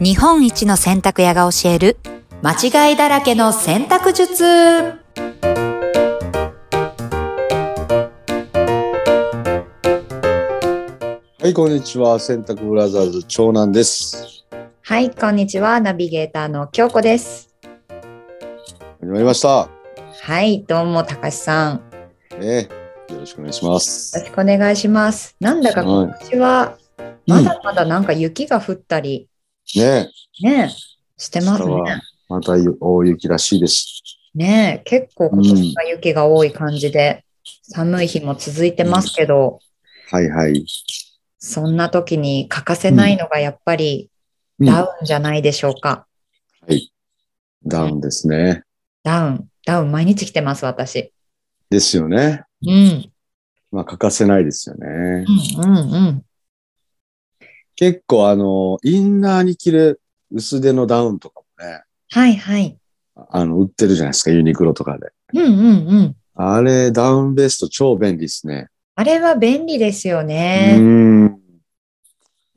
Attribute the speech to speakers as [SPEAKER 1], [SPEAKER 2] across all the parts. [SPEAKER 1] 日本一の洗濯屋が教える間違いだらけの洗濯術
[SPEAKER 2] はい、こんにちは。洗濯ブラザーズ長男です。
[SPEAKER 1] はいこんにちはナビゲーターの京子です
[SPEAKER 2] 始まりました。
[SPEAKER 1] はいどうもたかしさんよ
[SPEAKER 2] ね、よろしくお願いします。
[SPEAKER 1] ろしくお願いしますなんだか
[SPEAKER 2] は
[SPEAKER 1] 今年はまだまだなんか雪が降ったり
[SPEAKER 2] い。ね、
[SPEAKER 1] ねしてます
[SPEAKER 2] そう
[SPEAKER 1] ね
[SPEAKER 2] だまた大雪らしいです。
[SPEAKER 1] ね結構今年は雪が多い感じで、寒い日も続いてますけど、
[SPEAKER 2] はいはい。
[SPEAKER 1] そんな時に欠かせないのがやっぱり
[SPEAKER 2] うん
[SPEAKER 1] ダウンじゃないでしょうか。
[SPEAKER 2] ダウンですね。
[SPEAKER 1] ダウン、ダウン毎日着てます、私。
[SPEAKER 2] ですよね。
[SPEAKER 1] うん、
[SPEAKER 2] まあ、欠かせないですよね
[SPEAKER 1] う。ん、うん、うん。
[SPEAKER 2] 結構、あの、インナーに着る薄手のダウンとかもね、
[SPEAKER 1] はい、はい。
[SPEAKER 2] あの、売ってるじゃないですか、ユニクロとかで。
[SPEAKER 1] うん、うん、うん。
[SPEAKER 2] あれ、ダウンベスト超便利ですね。
[SPEAKER 1] あれは便利ですよ
[SPEAKER 2] う
[SPEAKER 1] ね。
[SPEAKER 2] ーん。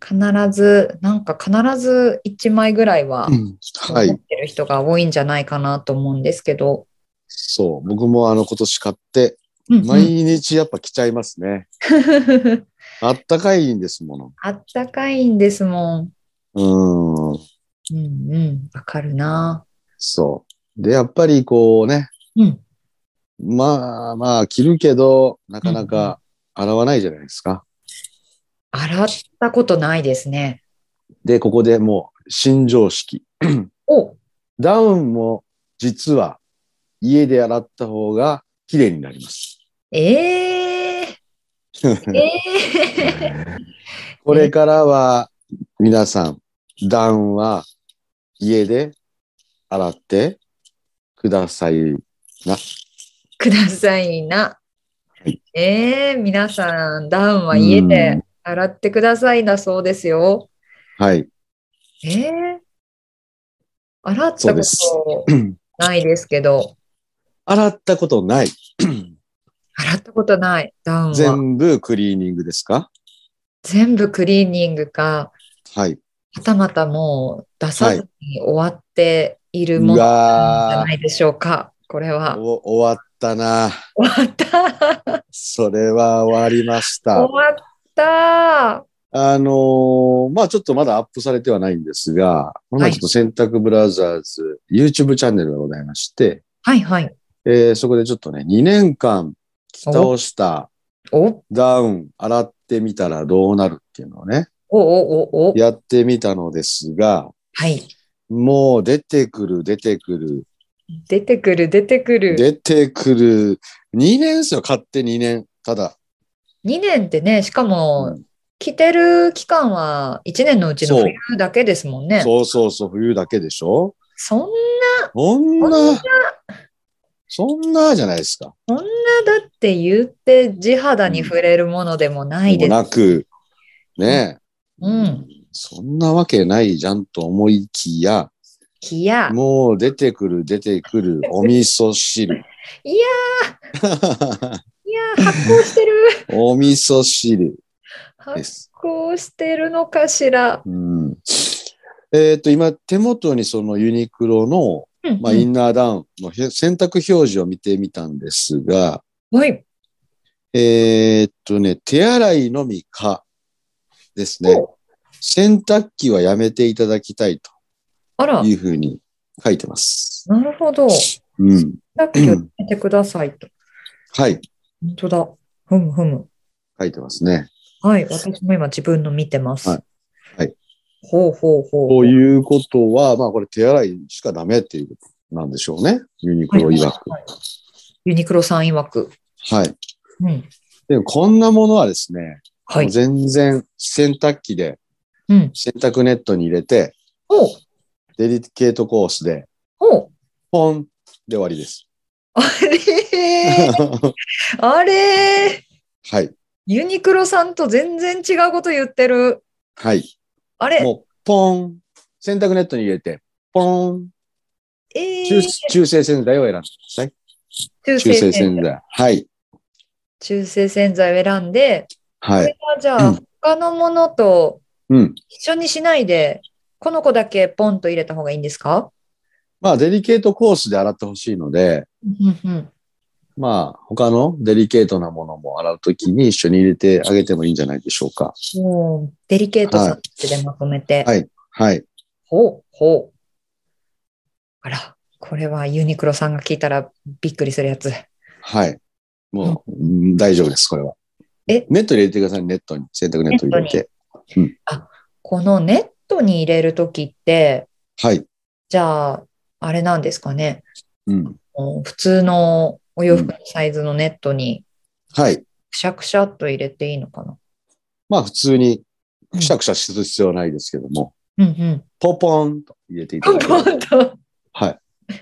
[SPEAKER 1] 必ず、なんか必ず1枚ぐらいは
[SPEAKER 2] は
[SPEAKER 1] 持
[SPEAKER 2] い
[SPEAKER 1] っ。てる人が多いんじゃないかなと思うんですけど。
[SPEAKER 2] そう。僕もあの、今年買って、
[SPEAKER 1] うんうん
[SPEAKER 2] 毎日やっぱ来ちゃいますね。あったかいんですも
[SPEAKER 1] あったかいんですもん。
[SPEAKER 2] の。
[SPEAKER 1] う
[SPEAKER 2] うん。
[SPEAKER 1] ん、うん、わかるな。
[SPEAKER 2] そう。で、やっぱりこうね、
[SPEAKER 1] うん、
[SPEAKER 2] まあまあ着るけど、なかなか洗わないじゃないですか。
[SPEAKER 1] 洗ったことないですね。
[SPEAKER 2] で、ここでもう新常識。
[SPEAKER 1] お、
[SPEAKER 2] ダウンも実は家で洗った方が綺麗になります。
[SPEAKER 1] え えー、ええ
[SPEAKER 2] これからは皆さん、ダウンは家で洗ってくださいな。
[SPEAKER 1] くださいな。
[SPEAKER 2] はい
[SPEAKER 1] ええ皆さん、ダウンは家で洗ってくださいなそうですよ。
[SPEAKER 2] はい。
[SPEAKER 1] ええ洗っ
[SPEAKER 2] そ
[SPEAKER 1] た
[SPEAKER 2] う
[SPEAKER 1] こ
[SPEAKER 2] です
[SPEAKER 1] とないですけど、
[SPEAKER 2] 洗ったことない。
[SPEAKER 1] 洗ったことない、ダウンは。
[SPEAKER 2] 全部クリーニングですか
[SPEAKER 1] 全部クリーニングか、
[SPEAKER 2] はい。
[SPEAKER 1] はたまたもう出さずに終わっているものなん
[SPEAKER 2] う
[SPEAKER 1] じゃ
[SPEAKER 2] わ
[SPEAKER 1] ないでしょうか。これ
[SPEAKER 2] ー、
[SPEAKER 1] は。
[SPEAKER 2] お終わったな。
[SPEAKER 1] 終わった。
[SPEAKER 2] それは終わりました。
[SPEAKER 1] 終わった。
[SPEAKER 2] あのーまあちょっとまだアップされてはないんですが、ま
[SPEAKER 1] は
[SPEAKER 2] あ
[SPEAKER 1] い
[SPEAKER 2] ちょっと洗濯ブラザーズ YouTube チャンネルがございまして、
[SPEAKER 1] はいはい。
[SPEAKER 2] えーそこでちょっとね、2年間着倒した
[SPEAKER 1] おお
[SPEAKER 2] ダウン洗ってみたらどうなるっていうのをね、
[SPEAKER 1] おおお。
[SPEAKER 2] やってみたのですが、
[SPEAKER 1] はい。
[SPEAKER 2] もう出てくる、出てくる、
[SPEAKER 1] 出てくる出てくる。
[SPEAKER 2] 出てくる。2年ですよ、買って2年。ただ。
[SPEAKER 1] 2年ってね、しかも
[SPEAKER 2] う、
[SPEAKER 1] 着てる期間は1年のうちの
[SPEAKER 2] そう
[SPEAKER 1] 冬だけですもんね。そ
[SPEAKER 2] そうそうそう、冬だけでしょ
[SPEAKER 1] ん
[SPEAKER 2] そん
[SPEAKER 1] そんな
[SPEAKER 2] な、、そんなじゃないですか。
[SPEAKER 1] そんなだって言って地肌に触れるものでもない
[SPEAKER 2] で
[SPEAKER 1] です。
[SPEAKER 2] もなく、ねえ、
[SPEAKER 1] うん。
[SPEAKER 2] そんなわけないじゃんと思いきや、
[SPEAKER 1] いや、
[SPEAKER 2] もう出てくる、出てくる、お味噌汁。
[SPEAKER 1] いやいや、発酵してる。
[SPEAKER 2] お味噌汁 で
[SPEAKER 1] 発
[SPEAKER 2] す。
[SPEAKER 1] 酵してるのかしら。
[SPEAKER 2] うんえっ、と、今、手元にそのユニクロの、
[SPEAKER 1] うん
[SPEAKER 2] まあ、
[SPEAKER 1] うん
[SPEAKER 2] インナーダウンのへ選択表示を見てみたんですが、
[SPEAKER 1] はい。
[SPEAKER 2] えーっとね、手洗いのみかですね。
[SPEAKER 1] お
[SPEAKER 2] 洗濯機はやめていただきたい
[SPEAKER 1] あら
[SPEAKER 2] と、いうふうに書いてます。
[SPEAKER 1] なるほど。
[SPEAKER 2] うん。
[SPEAKER 1] さっき言ってくださいと。
[SPEAKER 2] はい。
[SPEAKER 1] 本当だ。ふむふむ。
[SPEAKER 2] 書いてますね。
[SPEAKER 1] はい。私も今自分の見てます。
[SPEAKER 2] はいはい。
[SPEAKER 1] ほうほうほう。
[SPEAKER 2] ということは、まあこれ手洗いしかダメっていうことなんでしょうね。ユニクロ曰く。
[SPEAKER 1] はいユニクロさん曰く。
[SPEAKER 2] はい。
[SPEAKER 1] うん。
[SPEAKER 2] でもこんなものはですね、
[SPEAKER 1] は
[SPEAKER 2] もう
[SPEAKER 1] い。
[SPEAKER 2] 全然洗濯機で、
[SPEAKER 1] うん。
[SPEAKER 2] 洗濯ネットに入れて、
[SPEAKER 1] おう
[SPEAKER 2] デリケートコースで、
[SPEAKER 1] お う
[SPEAKER 2] ポンで終わり です。
[SPEAKER 1] あれあれ
[SPEAKER 2] はい。
[SPEAKER 1] ユニクロさんと全然違うこと言ってる。
[SPEAKER 2] はい。
[SPEAKER 1] あれ
[SPEAKER 2] もう、ポン。洗濯ネットに入れて、ポン。
[SPEAKER 1] えー
[SPEAKER 2] 中中性洗剤を選んでください。
[SPEAKER 1] 中
[SPEAKER 2] 中性
[SPEAKER 1] 性
[SPEAKER 2] 洗
[SPEAKER 1] 洗剤。
[SPEAKER 2] 剤。はい。
[SPEAKER 1] 中性洗剤を選んで、
[SPEAKER 2] は
[SPEAKER 1] こ
[SPEAKER 2] い。
[SPEAKER 1] れはじゃあ
[SPEAKER 2] うん
[SPEAKER 1] 他のものと
[SPEAKER 2] うん。
[SPEAKER 1] 一緒にしないで、この子だけポンと入れた方がいいんですか
[SPEAKER 2] まあ、デリケートコースで洗ってほしいので、
[SPEAKER 1] うんうん。
[SPEAKER 2] まあ、他のデリケートなものも洗うときに一緒に入れてあげてもいいんじゃないでしょうか。
[SPEAKER 1] もう、デリケートさってでまとめて。
[SPEAKER 2] はいはい。
[SPEAKER 1] ほう、ほう。あら、これはユニクロさんが聞いたらびっくりするやつ。
[SPEAKER 2] はい。もう、うん大丈夫です、これは。
[SPEAKER 1] え
[SPEAKER 2] ネット入れてください、ネットに。洗濯ネット入れて。
[SPEAKER 1] このネットに入れるときって、
[SPEAKER 2] はい。
[SPEAKER 1] じゃあ、あれなんですかね。
[SPEAKER 2] うん。
[SPEAKER 1] もう普通のお洋服のサイズのネットに
[SPEAKER 2] はい。
[SPEAKER 1] くしゃくしゃっと入れていいのかな。
[SPEAKER 2] まあ、普通に、くしゃくしゃする必要はないですけども、
[SPEAKER 1] うんうん。
[SPEAKER 2] ポポンと入れていた
[SPEAKER 1] ポン
[SPEAKER 2] だいて。
[SPEAKER 1] ポンと、
[SPEAKER 2] はい。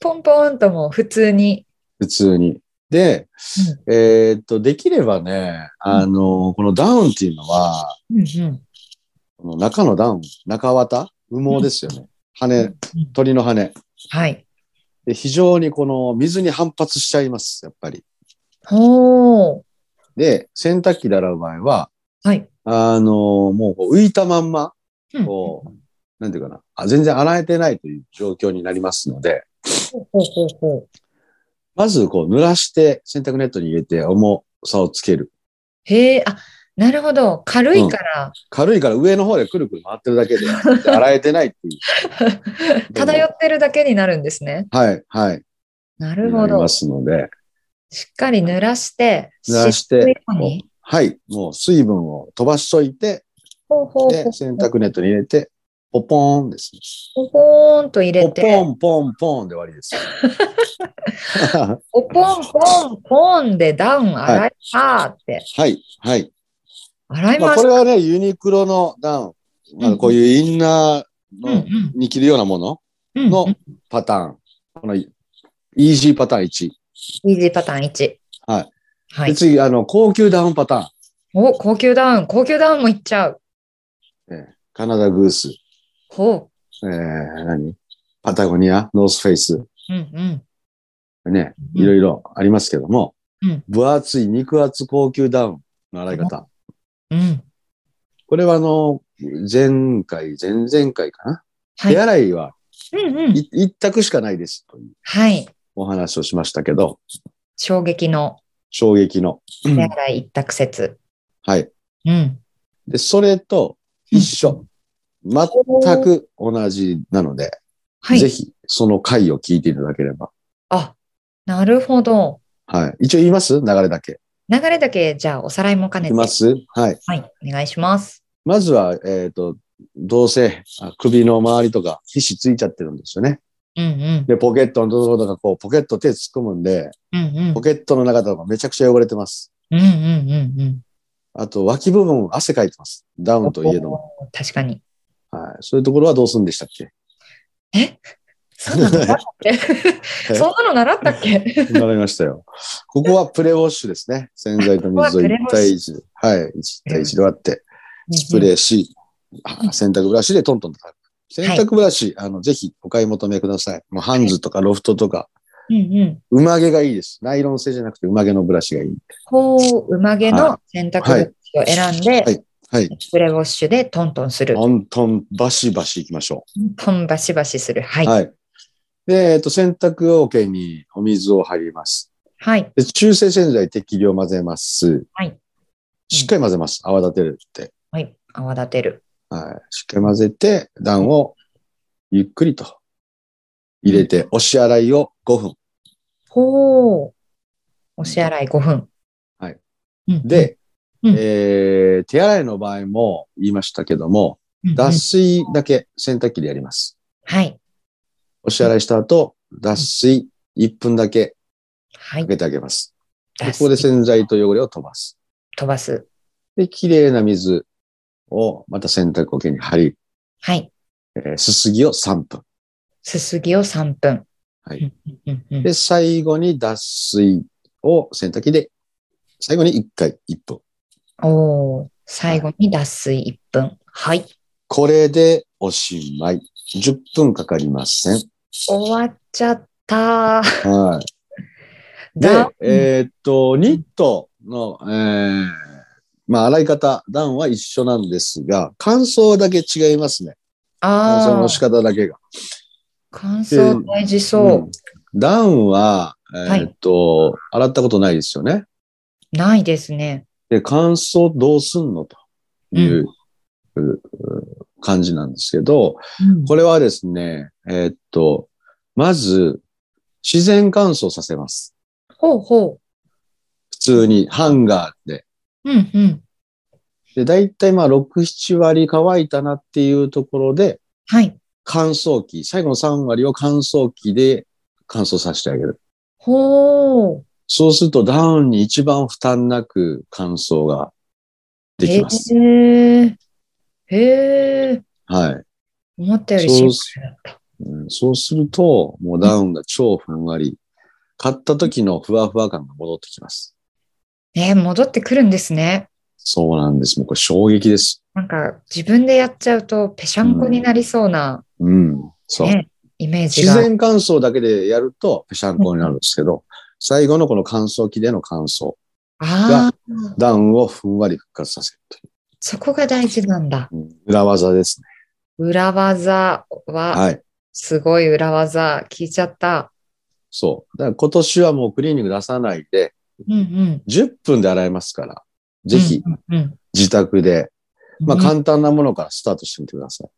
[SPEAKER 1] ポンポンともう普通に。
[SPEAKER 2] 普通に。で、えーっと、できればね、あの、このダウンっていうのは、
[SPEAKER 1] うんうん。
[SPEAKER 2] この中のダウン、中綿、羽毛ですよね。羽、鳥の羽。
[SPEAKER 1] はい。
[SPEAKER 2] で非常にこの水に反発しちゃいます、やっぱり。
[SPEAKER 1] ほう。
[SPEAKER 2] で、洗濯機で洗う場合は、
[SPEAKER 1] はい。
[SPEAKER 2] あの、もうこう浮いたまんま、
[SPEAKER 1] うん
[SPEAKER 2] こう、なんていうかなあ、全然洗えてないという状況になりますので、
[SPEAKER 1] ほうほうほうほう。
[SPEAKER 2] まずこう濡らして洗濯ネットに入れて重さをつける。
[SPEAKER 1] へえ、あ、なるほど。軽いから、
[SPEAKER 2] 軽いから上の方でくるくる回ってるだけで、で洗えてないってい う。
[SPEAKER 1] 漂ってるだけになるんですね。
[SPEAKER 2] はい、はい。
[SPEAKER 1] なる
[SPEAKER 2] な
[SPEAKER 1] ほ
[SPEAKER 2] り
[SPEAKER 1] ど
[SPEAKER 2] ま。すので、
[SPEAKER 1] しっかり濡らして、
[SPEAKER 2] 濡らし
[SPEAKER 1] 湿布
[SPEAKER 2] て、
[SPEAKER 1] 用に
[SPEAKER 2] はい、もう水分を飛ばしといて、
[SPEAKER 1] ほうほうほう
[SPEAKER 2] で、洗濯ネットに入れて、ポポーンですね。
[SPEAKER 1] ポポーンと入れ
[SPEAKER 2] ポポ
[SPEAKER 1] て、
[SPEAKER 2] ンポンポンで終わ りです。は
[SPEAKER 1] ポポンポンポンでダウン洗いたって、
[SPEAKER 2] い、はい。
[SPEAKER 1] 洗い
[SPEAKER 2] まあ、
[SPEAKER 1] ま
[SPEAKER 2] こ
[SPEAKER 1] す
[SPEAKER 2] れはね、ユニクロのダウン、まあ、こういうインナー
[SPEAKER 1] うんう
[SPEAKER 2] の
[SPEAKER 1] ん
[SPEAKER 2] に着るようなもの
[SPEAKER 1] うんうん。
[SPEAKER 2] のパターン。このイージーパターン1。
[SPEAKER 1] イージーパターン1。
[SPEAKER 2] はい。
[SPEAKER 1] は
[SPEAKER 2] で
[SPEAKER 1] い。
[SPEAKER 2] 次、あの、高級ダウンパターン。
[SPEAKER 1] お、高級ダウン、高級ダウンもいっちゃう。
[SPEAKER 2] カナダグース。
[SPEAKER 1] ほ
[SPEAKER 2] えー、何パタゴニア、ノースフェイス。
[SPEAKER 1] う。うんうん。
[SPEAKER 2] ね、
[SPEAKER 1] うん
[SPEAKER 2] いろいろありますけども。
[SPEAKER 1] うん
[SPEAKER 2] 分厚い、肉厚、高級ダウンの洗い方。
[SPEAKER 1] うん。
[SPEAKER 2] これはあの、前回、前々回かな。
[SPEAKER 1] はい
[SPEAKER 2] 手洗いは
[SPEAKER 1] うんうん。
[SPEAKER 2] い一択しかないですという
[SPEAKER 1] はい。
[SPEAKER 2] お話をしましたけど、
[SPEAKER 1] 衝撃の
[SPEAKER 2] 衝撃の。
[SPEAKER 1] 手洗い一択説。
[SPEAKER 2] はい。
[SPEAKER 1] うん。
[SPEAKER 2] で、それと一緒。全く同じなので、
[SPEAKER 1] はい。
[SPEAKER 2] ぜひその回を聞いていただければ。
[SPEAKER 1] あ、なるほど。
[SPEAKER 2] はい。一応言います流れだけ。
[SPEAKER 1] 流れだけ、じゃあおさらいも兼ね
[SPEAKER 2] い
[SPEAKER 1] て。
[SPEAKER 2] きますはい。
[SPEAKER 1] はい。お願いします。
[SPEAKER 2] まずは、えっ、と、どうせあ首の周りとか皮脂ついちゃってるんですよね。
[SPEAKER 1] うんうん。
[SPEAKER 2] で、ポケットのところとかこう、ポケット手突っ込むんで、
[SPEAKER 1] うんうん
[SPEAKER 2] ポ。ケットの中とかめちゃくちゃ汚れてます。
[SPEAKER 1] うんうんうんうん。
[SPEAKER 2] あと、脇部分、汗かいてます。ダウンといえども。
[SPEAKER 1] 確かに。
[SPEAKER 2] はい。そういうところはどうするんでしたっけ
[SPEAKER 1] そんなの習ったっ けそんなの習ったっけ
[SPEAKER 2] わかりましたよ。ここはプレウォッシュですね。洗剤と水を1対1で。はい。1対1で割って、スプレーし、あ洗濯ブラシでトントンと
[SPEAKER 1] ん
[SPEAKER 2] 洗濯ブラシ、あの、ぜひお買い求めください。もうハンズとかロフトとか、
[SPEAKER 1] うんうん。
[SPEAKER 2] うまげがいいです。ナイロン製じゃなくてうまげのブラシがいい。
[SPEAKER 1] こう、馬毛の洗濯
[SPEAKER 2] はい
[SPEAKER 1] 物を選んで、
[SPEAKER 2] はいはい。
[SPEAKER 1] スプレーウォッシュでトントンする。
[SPEAKER 2] トントン、バシバシいきましょ
[SPEAKER 1] トントンバシバシする。は
[SPEAKER 2] う。
[SPEAKER 1] い。
[SPEAKER 2] はい。で、えっと、洗濯桶にお水を入ります。
[SPEAKER 1] はい。
[SPEAKER 2] で中性洗剤適量混ぜます。
[SPEAKER 1] はい
[SPEAKER 2] しっかり混ぜます。泡立てるって。
[SPEAKER 1] はい。泡立てる。
[SPEAKER 2] はい。しっかり混ぜて、段をゆっくりと入れて、押し洗いを5分。
[SPEAKER 1] ほう。お支払い5分。
[SPEAKER 2] はい
[SPEAKER 1] うんうん。
[SPEAKER 2] で、
[SPEAKER 1] うん
[SPEAKER 2] えー、手洗いの場合も言いましたけども、
[SPEAKER 1] うんうん、
[SPEAKER 2] 脱水だけ洗濯機でやります。
[SPEAKER 1] はい。
[SPEAKER 2] 押し洗いした後、脱水1分だけ
[SPEAKER 1] は
[SPEAKER 2] か
[SPEAKER 1] い。
[SPEAKER 2] けてあげます。で
[SPEAKER 1] 脱
[SPEAKER 2] ここで
[SPEAKER 1] 水
[SPEAKER 2] 洗剤と汚れを飛ばす。
[SPEAKER 1] 飛ばす。
[SPEAKER 2] で、綺麗な水をまた洗濯桶に張り、
[SPEAKER 1] はい。
[SPEAKER 2] えーすすぎを3分。
[SPEAKER 1] すすぎを3分。
[SPEAKER 2] はい
[SPEAKER 1] うんうんうん
[SPEAKER 2] で、最後に脱水を洗濯機で、最後に1回1分。
[SPEAKER 1] おー最後に脱水1分。はい。
[SPEAKER 2] これでおしまい。10分かかりません。
[SPEAKER 1] 終わっちゃった。
[SPEAKER 2] はい。で
[SPEAKER 1] だ、、
[SPEAKER 2] えーっと、ニットの、えーまあ、洗い方、段は一緒なんですが、乾燥だけ違いますね。乾燥
[SPEAKER 1] あ
[SPEAKER 2] の
[SPEAKER 1] あ
[SPEAKER 2] 仕、方だけが。
[SPEAKER 1] 乾燥大事そう。
[SPEAKER 2] うん。段は、え
[SPEAKER 1] はい
[SPEAKER 2] ーっと、洗ったことないですよね。
[SPEAKER 1] ないですね。
[SPEAKER 2] で、乾燥どうすんのという、う感じなんですけど、
[SPEAKER 1] うん
[SPEAKER 2] これはですね、えーっと、まず、自然乾燥させます。
[SPEAKER 1] ほうほ
[SPEAKER 2] 普通にハンガーで。
[SPEAKER 1] う。うんうん。
[SPEAKER 2] で、だいたいまあ、6、7割乾いたなっていうところで、
[SPEAKER 1] はい。
[SPEAKER 2] 乾燥機、最後の3割を乾燥機で乾燥させてあげる。
[SPEAKER 1] ほう。
[SPEAKER 2] そうするとダウンに一番負担なく乾燥ができます。
[SPEAKER 1] へえ。へえ。
[SPEAKER 2] はい、
[SPEAKER 1] 思ったより
[SPEAKER 2] そ
[SPEAKER 1] 心
[SPEAKER 2] うっす
[SPEAKER 1] 配だった。
[SPEAKER 2] うんそうすると、もうダウンが超ふんわり、買った時のふわふわ感が戻ってきます。
[SPEAKER 1] ね戻ってくるんですね。
[SPEAKER 2] そうなんです。もうこれ衝撃です。
[SPEAKER 1] なんか自分でやっちゃうとぺしゃんこになりそうな
[SPEAKER 2] うん。そう。
[SPEAKER 1] ねイメージ
[SPEAKER 2] 自
[SPEAKER 1] が。
[SPEAKER 2] 然乾燥だけでやると、ぺしゃんこになるんですけど、最後のこの乾燥機での乾燥、
[SPEAKER 1] ああ、
[SPEAKER 2] ダウンをふんわり復活させるとい
[SPEAKER 1] そこが大事なんだ。
[SPEAKER 2] う、うん裏技ですね。
[SPEAKER 1] 裏技は、
[SPEAKER 2] はい。
[SPEAKER 1] すごい裏技聞いちゃった。
[SPEAKER 2] そう。だから今年はもうクリーニング出さないで、
[SPEAKER 1] うんうん。
[SPEAKER 2] 10分で洗えますから、ぜひ
[SPEAKER 1] うんうん
[SPEAKER 2] 自宅で、
[SPEAKER 1] うん。
[SPEAKER 2] まあ簡単なものからスタートしてみてください。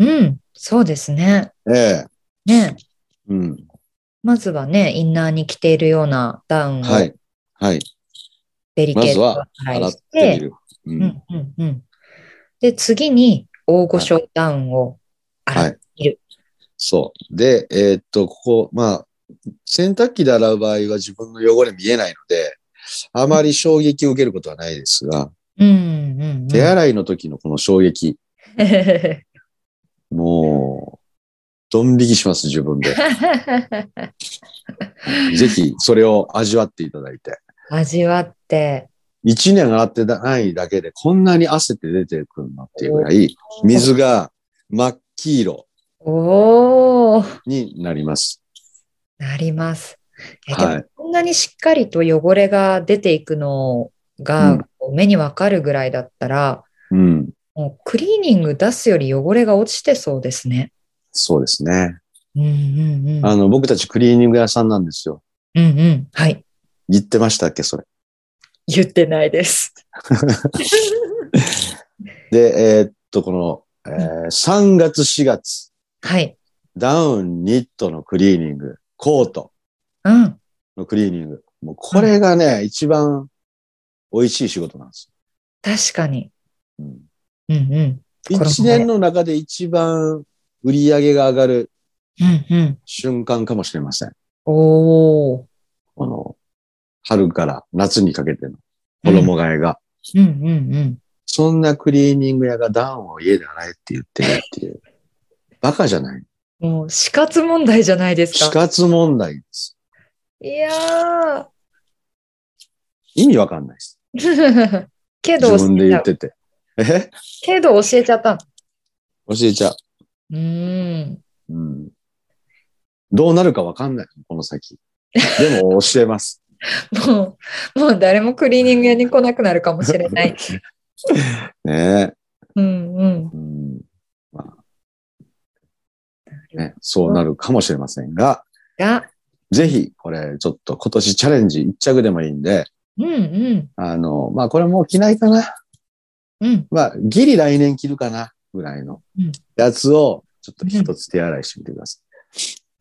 [SPEAKER 1] うん、そうですね。
[SPEAKER 2] ええ
[SPEAKER 1] ね。
[SPEAKER 2] うん。
[SPEAKER 1] まずはね、インナーに着ているようなダウンを
[SPEAKER 2] はい。はい。
[SPEAKER 1] デリケートに
[SPEAKER 2] 洗
[SPEAKER 1] 洗
[SPEAKER 2] っ
[SPEAKER 1] いして
[SPEAKER 2] みる。う。
[SPEAKER 1] うんんうんうん。で、次に大御所ダウンを洗う。
[SPEAKER 2] はいそう。で、えーっと、ここ、まあ、洗濯機で洗う場合は自分の汚れ見えないので、あまり衝撃を受けることはないですが、
[SPEAKER 1] うんうん、うん。
[SPEAKER 2] 手洗いの時のこの衝撃、
[SPEAKER 1] い。
[SPEAKER 2] もう、ドン引きします、自分で。ぜひ、それを味わっていただいて。
[SPEAKER 1] 味わって。
[SPEAKER 2] 一年洗ってないだけで、こんなに汗って出てくるのっていうぐらい、水が真っ黄色
[SPEAKER 1] おー、
[SPEAKER 2] になります。
[SPEAKER 1] なります。えでも
[SPEAKER 2] はい。
[SPEAKER 1] こんなにしっかりと汚れが出ていくの
[SPEAKER 2] う
[SPEAKER 1] が
[SPEAKER 2] ん
[SPEAKER 1] こう目にわかるぐらいだったら、
[SPEAKER 2] うん。
[SPEAKER 1] もうクリーニング出すより汚れが落ちてそうですね。
[SPEAKER 2] そうですね。
[SPEAKER 1] うんうんうん。
[SPEAKER 2] あの、僕たちクリーニング屋さんなんですよ。
[SPEAKER 1] うんうん。はい。
[SPEAKER 2] 言ってましたっけ、それ。
[SPEAKER 1] 言ってないです。
[SPEAKER 2] で、えーっと、この、えー3月、4月、
[SPEAKER 1] はい。
[SPEAKER 2] ダウン、ニットのクリーニング、コート
[SPEAKER 1] うん。
[SPEAKER 2] のクリーニング。もうこれがね、一番美味しい仕事なんです
[SPEAKER 1] 確かに。
[SPEAKER 2] よ。うん
[SPEAKER 1] うんうん。衣替え
[SPEAKER 2] 一年の中で一番売り上げが上がる
[SPEAKER 1] うんうん。
[SPEAKER 2] 瞬間かもしれません。
[SPEAKER 1] おー。
[SPEAKER 2] この、春から夏にかけての衣替えが。
[SPEAKER 1] うんうんうん。
[SPEAKER 2] そんなクリーニング屋がダウンを家で洗えって言ってるっていう。バカじゃない。
[SPEAKER 1] もう死活問題じゃないです
[SPEAKER 2] 死
[SPEAKER 1] か。
[SPEAKER 2] 活問題です。
[SPEAKER 1] いや
[SPEAKER 2] 意味わかんないです。
[SPEAKER 1] ー。 けど
[SPEAKER 2] 自
[SPEAKER 1] 教
[SPEAKER 2] 分
[SPEAKER 1] えち
[SPEAKER 2] で言
[SPEAKER 1] ゃ
[SPEAKER 2] っ
[SPEAKER 1] う。
[SPEAKER 2] てて。え
[SPEAKER 1] けど教えちゃったの。
[SPEAKER 2] 教えちゃう。
[SPEAKER 1] うーん。
[SPEAKER 2] うん。どうなるかわかんない。この先。でも教えます。
[SPEAKER 1] もう、もう誰もクリーニング屋に来なくなるかもしれない。
[SPEAKER 2] ねえ。
[SPEAKER 1] うんうん。
[SPEAKER 2] うんまあね、そうなるかもしれませんが、
[SPEAKER 1] が、
[SPEAKER 2] ぜひ、これ、ちょっと今年チャレンジ1着でもいいんで、
[SPEAKER 1] うんうん。
[SPEAKER 2] あの、まあ、これもう着ないかな。
[SPEAKER 1] うん。
[SPEAKER 2] まあ、ギリ来年着るかな、ぐらいの
[SPEAKER 1] うん
[SPEAKER 2] やつを、ちょっと一つ手洗いしてみてくださ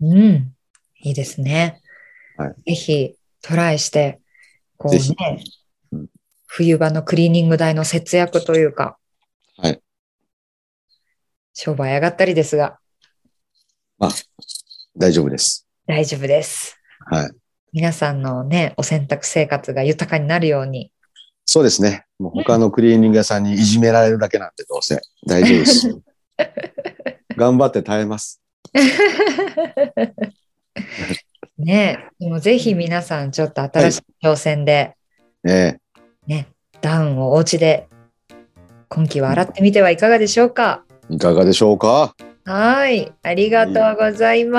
[SPEAKER 1] うん。いいですね。
[SPEAKER 2] は
[SPEAKER 1] ぜひ、トライして、こう
[SPEAKER 2] ぜひ
[SPEAKER 1] ね
[SPEAKER 2] うん、
[SPEAKER 1] 冬場のクリーニング代の節約というか、
[SPEAKER 2] はい。
[SPEAKER 1] 商売上がったりですが、
[SPEAKER 2] い。大丈夫です。
[SPEAKER 1] 大丈夫です。
[SPEAKER 2] はい。
[SPEAKER 1] 皆さんのね、お洗濯生活が豊かになるように。
[SPEAKER 2] そうですね。もう他のクリーニング屋さんにいじめられるだけなんてどうせ。大丈 夫です。頑張って耐えます。
[SPEAKER 1] ねえ、でもぜひ皆さん、ちょっと新しい挑戦で、
[SPEAKER 2] ね
[SPEAKER 1] ダウンをお家で今季は洗ってみてはいかがでしょうか。
[SPEAKER 2] え。いかがでしょうか
[SPEAKER 1] はい、ありがとうござい
[SPEAKER 2] ありが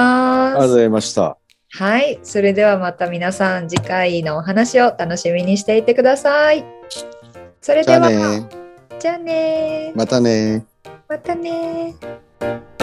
[SPEAKER 1] ま
[SPEAKER 2] とうご
[SPEAKER 1] す。
[SPEAKER 2] ざいました。
[SPEAKER 1] はい、それではまた皆さん次回のお話を楽しみにしていてください。それ
[SPEAKER 2] じ
[SPEAKER 1] で
[SPEAKER 2] ゃあ
[SPEAKER 1] は、
[SPEAKER 2] ね。
[SPEAKER 1] じゃあねー
[SPEAKER 2] またね。
[SPEAKER 1] またねー